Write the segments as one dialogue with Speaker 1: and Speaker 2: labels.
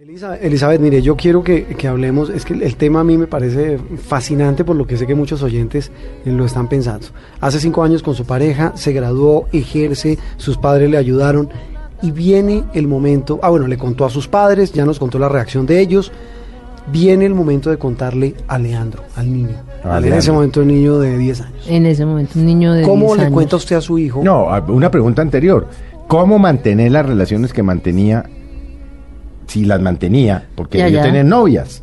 Speaker 1: Elisa- Elizabeth, mire, yo quiero que, que hablemos, es que el, el tema a mí me parece fascinante por lo que sé que muchos oyentes eh, lo están pensando. Hace cinco años con su pareja, se graduó, ejerce, sus padres le ayudaron y viene el momento, ah bueno, le contó a sus padres, ya nos contó la reacción de ellos, viene el momento de contarle a Leandro, al niño. En ese momento el niño de 10 años.
Speaker 2: En ese momento, un niño de
Speaker 1: ¿Cómo
Speaker 2: 10
Speaker 1: le
Speaker 2: años.
Speaker 1: cuenta usted a su hijo?
Speaker 3: No, a- una pregunta anterior. ¿Cómo mantener las relaciones que mantenía? Si las mantenía, porque
Speaker 2: Ya,
Speaker 3: yo
Speaker 2: ya.
Speaker 3: tenía novias.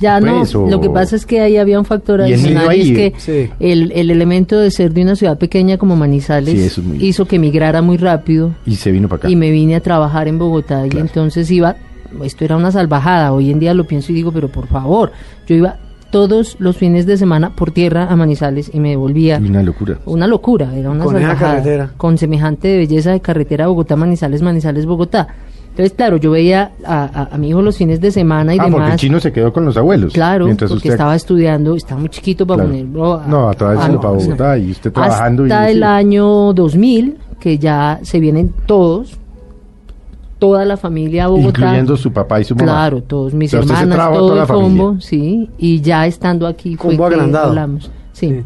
Speaker 2: Ya no,
Speaker 3: Pues, o-
Speaker 2: lo que pasa es que ahí había un factor
Speaker 3: Y el niño
Speaker 2: adicional y
Speaker 3: ahí,
Speaker 2: es que
Speaker 1: sí.
Speaker 2: el, el elemento de ser de una ciudad pequeña como Manizales
Speaker 3: Sí, eso es muy-
Speaker 2: hizo que migrara muy rápido
Speaker 3: Y se vino para acá.
Speaker 2: y me vine a trabajar en Bogotá y
Speaker 3: Claro.
Speaker 2: entonces iba, esto era una salvajada, hoy en día lo pienso y digo, pero por favor, yo iba todos los fines de semana por tierra a Manizales y me devolvía
Speaker 3: Uy, Una locura.
Speaker 2: una locura, era una
Speaker 1: Con esa
Speaker 2: salvajada,
Speaker 1: carretera.
Speaker 2: con semejante de belleza de carretera Bogotá Manizales Manizales Bogotá. Entonces, claro, yo veía a, a- a mi hijo los fines de semana y
Speaker 3: Ah, porque el
Speaker 2: demás.
Speaker 3: chino se quedó con los abuelos.
Speaker 2: Claro,
Speaker 3: Mientras
Speaker 2: porque
Speaker 3: usted-
Speaker 2: estaba estudiando, estaba muy chiquito para
Speaker 3: Claro.
Speaker 2: ponerlo a,
Speaker 3: No, a traérselo para
Speaker 2: ah, no,
Speaker 3: Bogotá y usted trabajando y-
Speaker 2: Hasta el
Speaker 3: sí.
Speaker 2: año 2000, que ya se vienen todos, toda la familia a Bogotá.
Speaker 3: Incluyendo su papá y su mamá.
Speaker 2: Claro, todos mis
Speaker 3: O sea, usted se
Speaker 2: hermanas,
Speaker 3: trajo a
Speaker 2: todo
Speaker 3: toda la
Speaker 2: el
Speaker 3: familia.
Speaker 2: combo, sí, y ya estando aquí fue
Speaker 1: Combo
Speaker 2: que
Speaker 1: agrandado.
Speaker 2: hablamos. Sí.
Speaker 1: Sí.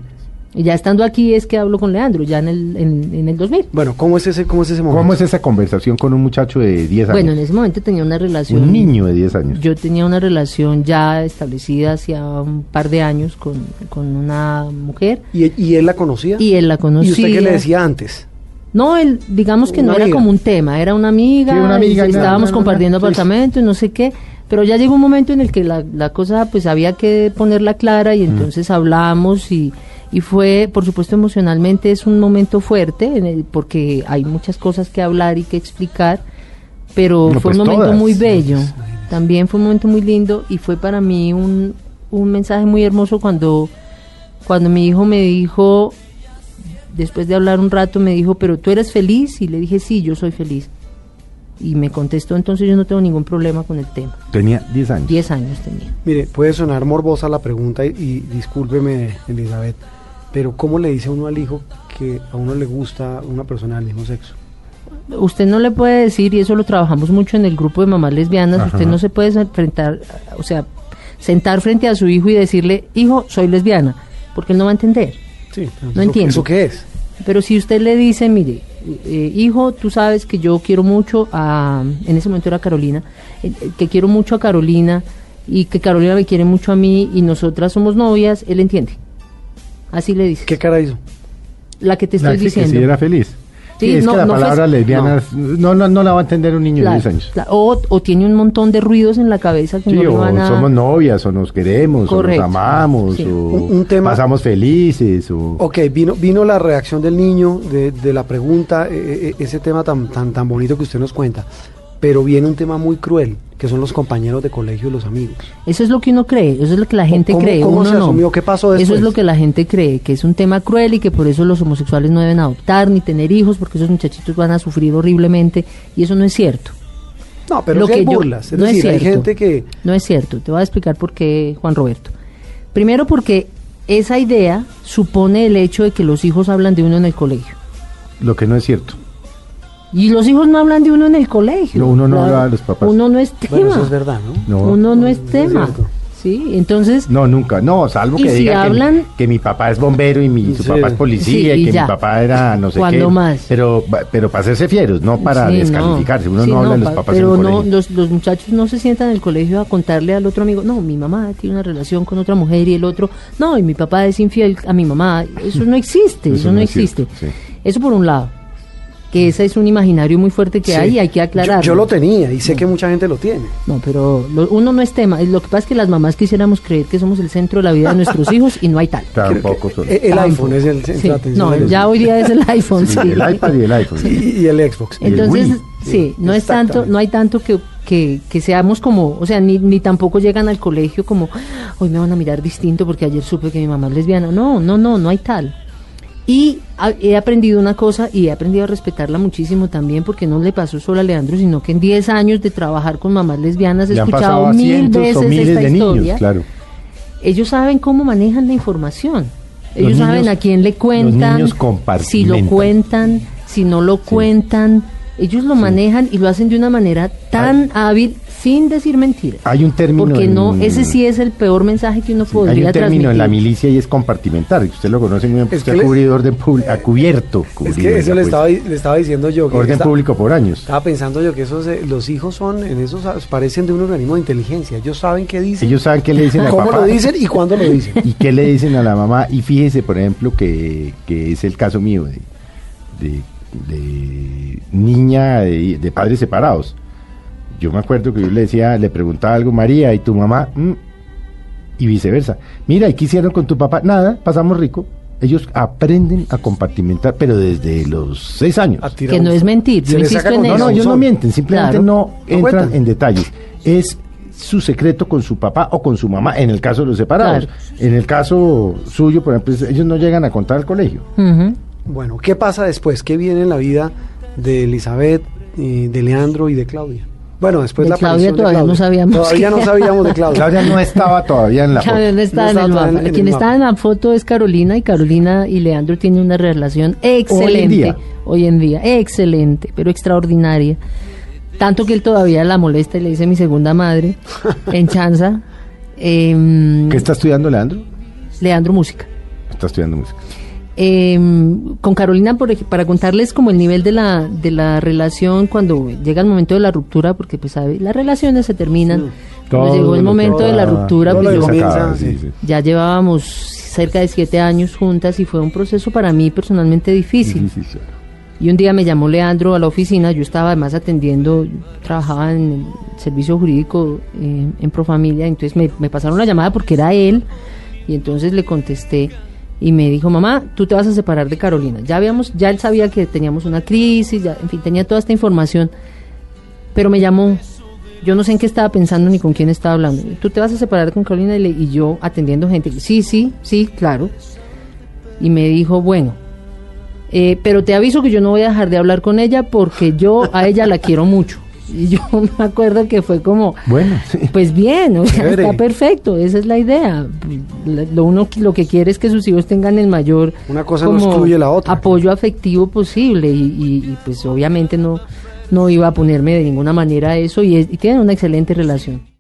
Speaker 2: Y ya estando aquí es que hablo con Leandro, ya en el, en, en el 2000.
Speaker 1: Bueno, ¿cómo es ese, cómo es ese momento?
Speaker 3: ¿Cómo es esa conversación con un muchacho de 10 años?
Speaker 2: Bueno, en ese momento tenía una relación.
Speaker 3: un niño de 10 años.
Speaker 2: Yo tenía una relación ya establecida hacía un par de años con, con una mujer.
Speaker 1: ¿Y, y él la conocía?
Speaker 2: Y él la
Speaker 1: ¿Y
Speaker 2: conocía.
Speaker 1: usted qué le decía antes?
Speaker 2: No, él, digamos que
Speaker 1: Una
Speaker 2: no era
Speaker 1: amiga.
Speaker 2: como un tema, era una amiga,
Speaker 3: Sí, una amiga,
Speaker 2: y
Speaker 3: y nada,
Speaker 2: estábamos
Speaker 3: nada,
Speaker 2: compartiendo
Speaker 3: nada, sí.
Speaker 2: apartamento y no sé qué, pero ya llegó un momento en el que la, la cosa pues había que ponerla clara y entonces hablamos y, y fue, por supuesto emocionalmente es un momento fuerte en el- porque hay muchas cosas que hablar y que explicar, pero
Speaker 3: No,
Speaker 2: fue
Speaker 3: pues,
Speaker 2: un momento
Speaker 3: todas.
Speaker 2: muy bello, también fue un momento muy lindo y fue para mí un, un mensaje muy hermoso cuando, cuando mi hijo me dijo después de hablar un rato me dijo, pero tú eres feliz y le dije, sí, yo soy feliz. Y me contestó, entonces yo no tengo ningún problema con el tema.
Speaker 3: Tenía 10 años.
Speaker 2: Diez años tenía.
Speaker 1: Mire, puede sonar morbosa la pregunta y, y discúlpeme, Elizabeth, pero ¿cómo le dice uno al hijo que a uno le gusta una persona del mismo sexo?
Speaker 2: Usted no le puede decir, y eso lo trabajamos mucho en el grupo de mamás lesbianas,
Speaker 3: Ajá.
Speaker 2: usted no se puede enfrentar, o sea, sentar frente a su hijo y decirle, hijo, soy lesbiana, porque él no va a entender.
Speaker 1: Sí,
Speaker 2: No entiendo.
Speaker 1: ¿Eso qué es?
Speaker 2: Pero si usted le dice, mire, eh, hijo, tú sabes que yo quiero mucho a, en ese momento era Carolina, eh, eh, que quiero mucho a Carolina y que Carolina me quiere mucho a mí y nosotras somos novias, él entiende. Así le dice.
Speaker 1: ¿Qué cara hizo?
Speaker 2: La que te
Speaker 3: La
Speaker 2: estoy
Speaker 3: que-
Speaker 2: diciendo.
Speaker 3: que sí era feliz.
Speaker 2: Sí,
Speaker 3: es
Speaker 2: no,
Speaker 3: que la
Speaker 2: no fue-
Speaker 3: palabra lesbiana
Speaker 2: no.
Speaker 3: es- no. No, no, la va a entender un niño
Speaker 2: Claro,
Speaker 3: de 10 años.
Speaker 2: claro. o, o tiene un montón de ruidos en la cabeza que
Speaker 3: Sí,
Speaker 2: no le
Speaker 3: o
Speaker 2: van a...
Speaker 3: somos novias, o nos queremos,
Speaker 2: Correcto.
Speaker 3: o nos amamos,
Speaker 2: Sí.
Speaker 3: o
Speaker 1: Un- un tema-
Speaker 3: pasamos felices, o...
Speaker 1: Ok, vino, vino la reacción del niño, de, de la pregunta, eh, eh, ese tema tan, tan, tan bonito que usted nos cuenta, pero viene un tema muy cruel, que son los compañeros de colegio y los amigos.
Speaker 2: Eso es lo que uno cree, eso es lo que la gente
Speaker 1: ¿Cómo-
Speaker 2: cree.
Speaker 1: cómo
Speaker 2: uno
Speaker 1: se
Speaker 2: no.
Speaker 1: asumió? ¿Qué pasó
Speaker 2: Eso
Speaker 1: después?
Speaker 2: es lo que la gente cree, que es un tema cruel y que por eso los homosexuales no deben adoptar ni tener hijos, porque esos muchachitos van a sufrir horriblemente, y eso no es cierto.
Speaker 1: No, pero
Speaker 2: Lo
Speaker 1: es que hay
Speaker 2: yo-
Speaker 1: burlas, es
Speaker 2: no
Speaker 1: decir, hay
Speaker 2: cierto.
Speaker 1: gente que...
Speaker 2: No es cierto, te voy a explicar por qué, Juan Roberto. Primero porque esa idea supone el hecho de que los hijos hablan de uno en el colegio.
Speaker 3: Lo que no es cierto.
Speaker 2: Y los hijos no hablan de uno en el colegio.
Speaker 3: No, uno no habla de los papás.
Speaker 2: Uno no es tema.
Speaker 1: Bueno, eso es verdad, ¿no?
Speaker 3: No.
Speaker 2: Uno no es
Speaker 1: es
Speaker 2: tema.
Speaker 1: cierto.
Speaker 2: sí, entonces...
Speaker 3: No, nunca. No, salvo
Speaker 2: Y
Speaker 3: que
Speaker 2: si
Speaker 3: diga que mi-
Speaker 2: hablan-
Speaker 3: que, mi papá es bombero y mi, su
Speaker 1: Sí.
Speaker 3: papá es policía
Speaker 2: Sí,
Speaker 3: y
Speaker 2: y
Speaker 3: que
Speaker 2: ya.
Speaker 3: mi papá era no sé
Speaker 2: ¿Cuándo
Speaker 3: qué.
Speaker 2: más?
Speaker 3: Pero, pero para hacerse fieros, no para
Speaker 2: Sí, no.
Speaker 3: descalificarse. Uno
Speaker 2: Sí,
Speaker 3: no habla de los
Speaker 2: pa-
Speaker 3: papás
Speaker 2: pero
Speaker 3: en el
Speaker 2: no,
Speaker 3: colegio.
Speaker 2: Los, los muchachos no se sientan en el colegio a contarle al otro amigo, no, mi mamá tiene una relación con otra mujer y el otro, no, y mi papá es infiel a mi mamá. Eso no existe, eso,
Speaker 3: Eso
Speaker 2: no,
Speaker 3: no es
Speaker 2: existe.
Speaker 3: cierto,
Speaker 2: Eso por un lado, que ese es un imaginario muy fuerte que
Speaker 1: Sí.
Speaker 2: hay y hay que
Speaker 1: Yo-
Speaker 2: aclararlo.
Speaker 1: Yo, lo tenía y sé que mucha gente lo tiene.
Speaker 2: No, pero lo- uno no es tema. Lo que pasa es que las mamás quisiéramos creer que somos el centro de la vida de nuestros hijos y no hay tal.
Speaker 3: Tampoco son.
Speaker 1: E- El iPhone es el centro
Speaker 2: Sí.
Speaker 1: de atención. de
Speaker 2: No,
Speaker 1: los
Speaker 2: ya
Speaker 1: niños.
Speaker 2: hoy día es el iPhone.
Speaker 3: Sí,
Speaker 2: sí.
Speaker 3: El iPad y el iPhone.
Speaker 1: Y, y el Xbox.
Speaker 3: Y el
Speaker 2: Entonces,
Speaker 3: Wii.
Speaker 2: sí, no es tanto,
Speaker 1: Exactamente.
Speaker 2: no hay tanto que que, que seamos como, o sea, ni, ni tampoco llegan al colegio como, hoy me van a mirar distinto porque ayer supe que mi mamá es lesbiana. No, no, no, no hay tal. Y a- he aprendido una cosa y he aprendido a respetarla muchísimo también porque no le pasó solo a Leandro, sino que en 10 años de trabajar con mamás lesbianas he
Speaker 3: Le han
Speaker 2: escuchado
Speaker 3: pasado a
Speaker 2: mil
Speaker 3: cientos
Speaker 2: veces
Speaker 3: o miles
Speaker 2: esta
Speaker 3: de
Speaker 2: historia
Speaker 3: niños, claro.
Speaker 2: ellos saben cómo manejan la información. Ellos
Speaker 3: Los
Speaker 2: saben
Speaker 3: niños-
Speaker 2: a quién le
Speaker 3: los
Speaker 2: cuentan,
Speaker 3: niños
Speaker 2: si lo
Speaker 3: compartimentan.
Speaker 2: cuentan, si no lo cuentan. Ellos lo manejan y lo hacen de una manera tan hábil sin decir mentiras.
Speaker 3: Hay un término
Speaker 2: Porque no,
Speaker 3: en-
Speaker 2: ese sí es el peor mensaje que uno
Speaker 3: Hay
Speaker 2: podría
Speaker 3: un término en la
Speaker 2: transmitir.
Speaker 3: milicia y es compartimentar. y Usted lo conoce muy bien, porque
Speaker 1: Es
Speaker 3: usted
Speaker 1: que
Speaker 3: es
Speaker 1: le-
Speaker 3: cubridor de público, ha cubierto.
Speaker 1: Es
Speaker 3: cubrido,
Speaker 1: que eso le
Speaker 3: ya, pues,
Speaker 1: estaba, di- le estaba diciendo yo. Que
Speaker 3: orden
Speaker 1: está-
Speaker 3: público por años.
Speaker 1: Estaba pensando yo que esos, eh, los hijos son, en esos ah, parecen de un organismo de inteligencia. Ellos saben qué dicen,
Speaker 3: Ellos saben qué le dicen al
Speaker 1: cómo
Speaker 3: papá.
Speaker 1: lo dicen y cuándo lo dicen.
Speaker 3: ¿Y qué le dicen a la mamá? Y fíjese, por ejemplo, que, que es el caso mío de, de- de niña de, de padres separados. Yo me acuerdo que yo le decía, le preguntaba algo, María, ¿y tu mamá? "Mm". Y viceversa. Mira, ¿y qué hicieron con tu papá? Nada, pasamos rico. Ellos aprenden a compartimentar, pero desde los seis años.
Speaker 1: A tirar
Speaker 2: Que no
Speaker 1: Ah, un-
Speaker 2: es mentir,
Speaker 1: Se
Speaker 2: yo
Speaker 1: le
Speaker 2: insisto
Speaker 1: saca
Speaker 2: en
Speaker 1: con-
Speaker 3: No,
Speaker 2: eso.
Speaker 3: no, ellos no
Speaker 1: Son-
Speaker 3: mienten, simplemente
Speaker 2: Claro.
Speaker 3: no entran
Speaker 1: cuentan.
Speaker 3: en detalles. Es su secreto con su papá o con su mamá, en el caso de los separados.
Speaker 2: Claro.
Speaker 3: En el caso suyo, por ejemplo, es- ellos no llegan a contar al colegio.
Speaker 2: Ujú.
Speaker 1: Bueno, ¿qué pasa después? ¿Qué viene en la vida de Elizabeth, eh, de Leandro y de Claudia? Bueno, después
Speaker 2: De
Speaker 1: la
Speaker 2: Claudia
Speaker 1: aparición de
Speaker 2: todavía no sabíamos
Speaker 1: Todavía
Speaker 2: que-
Speaker 1: no sabíamos de Claudia.
Speaker 3: Claudia no estaba todavía en la foto.
Speaker 2: Claro, no
Speaker 1: estaba
Speaker 2: estaba en el
Speaker 1: todavía
Speaker 2: mapa.
Speaker 1: en el
Speaker 2: Quien
Speaker 1: mapa.
Speaker 2: estaba en la foto es Carolina y Carolina y Leandro tienen una relación excelente
Speaker 3: día.
Speaker 2: hoy en día, excelente, pero extraordinaria. Tanto que él todavía la molesta y le dice mi segunda madre en Chanza, em,
Speaker 3: ¿Qué está estudiando, Leandro?
Speaker 2: Leandro Música.
Speaker 3: Está estudiando música.
Speaker 2: Em, con Carolina, por ej- para contarles como el nivel de la, de la relación cuando llega el momento de la ruptura, porque pues sabe, las relaciones se terminan. Cuando llegó el momento de la ruptura,
Speaker 3: todo
Speaker 2: pues,
Speaker 3: lo
Speaker 2: yo-
Speaker 3: que se acaba,
Speaker 1: comienza,
Speaker 3: sí,
Speaker 1: sí.
Speaker 3: sí.
Speaker 2: ya llevábamos cerca de siete años juntas y fue un proceso para mí personalmente difícil.
Speaker 3: Sí, sí, sí.
Speaker 2: Y un día me llamó Leandro a la oficina, yo estaba además atendiendo, yo trabajaba en el servicio jurídico eh, en Profamilia, entonces me, me pasaron la llamada porque era él y entonces le contesté y me dijo, mamá, tú te vas a separar de Carolina. Ya habíamos, ya él sabía que teníamos una crisis, ya, en fin, tenía toda esta información, pero me llamó. Yo no sé en qué estaba pensando ni con quién estaba hablando. Tú te vas a separar con Carolina y, le- y yo atendiendo gente. Sí, sí, sí, claro. Y me dijo, bueno, eh, pero te aviso que yo no voy a dejar de hablar con ella porque yo a ella la quiero mucho. Y yo me acuerdo que fue como,
Speaker 3: Bueno, sí.
Speaker 2: pues bien, o sea,
Speaker 1: Chévere.
Speaker 2: está perfecto, esa es la idea. Lo uno que- lo que quiere es que sus hijos tengan el mayor
Speaker 1: Una cosa no excluye la otra.
Speaker 2: apoyo afectivo posible y, y- y, pues obviamente no no iba a ponerme de ninguna manera eso y, es- y tienen una excelente relación.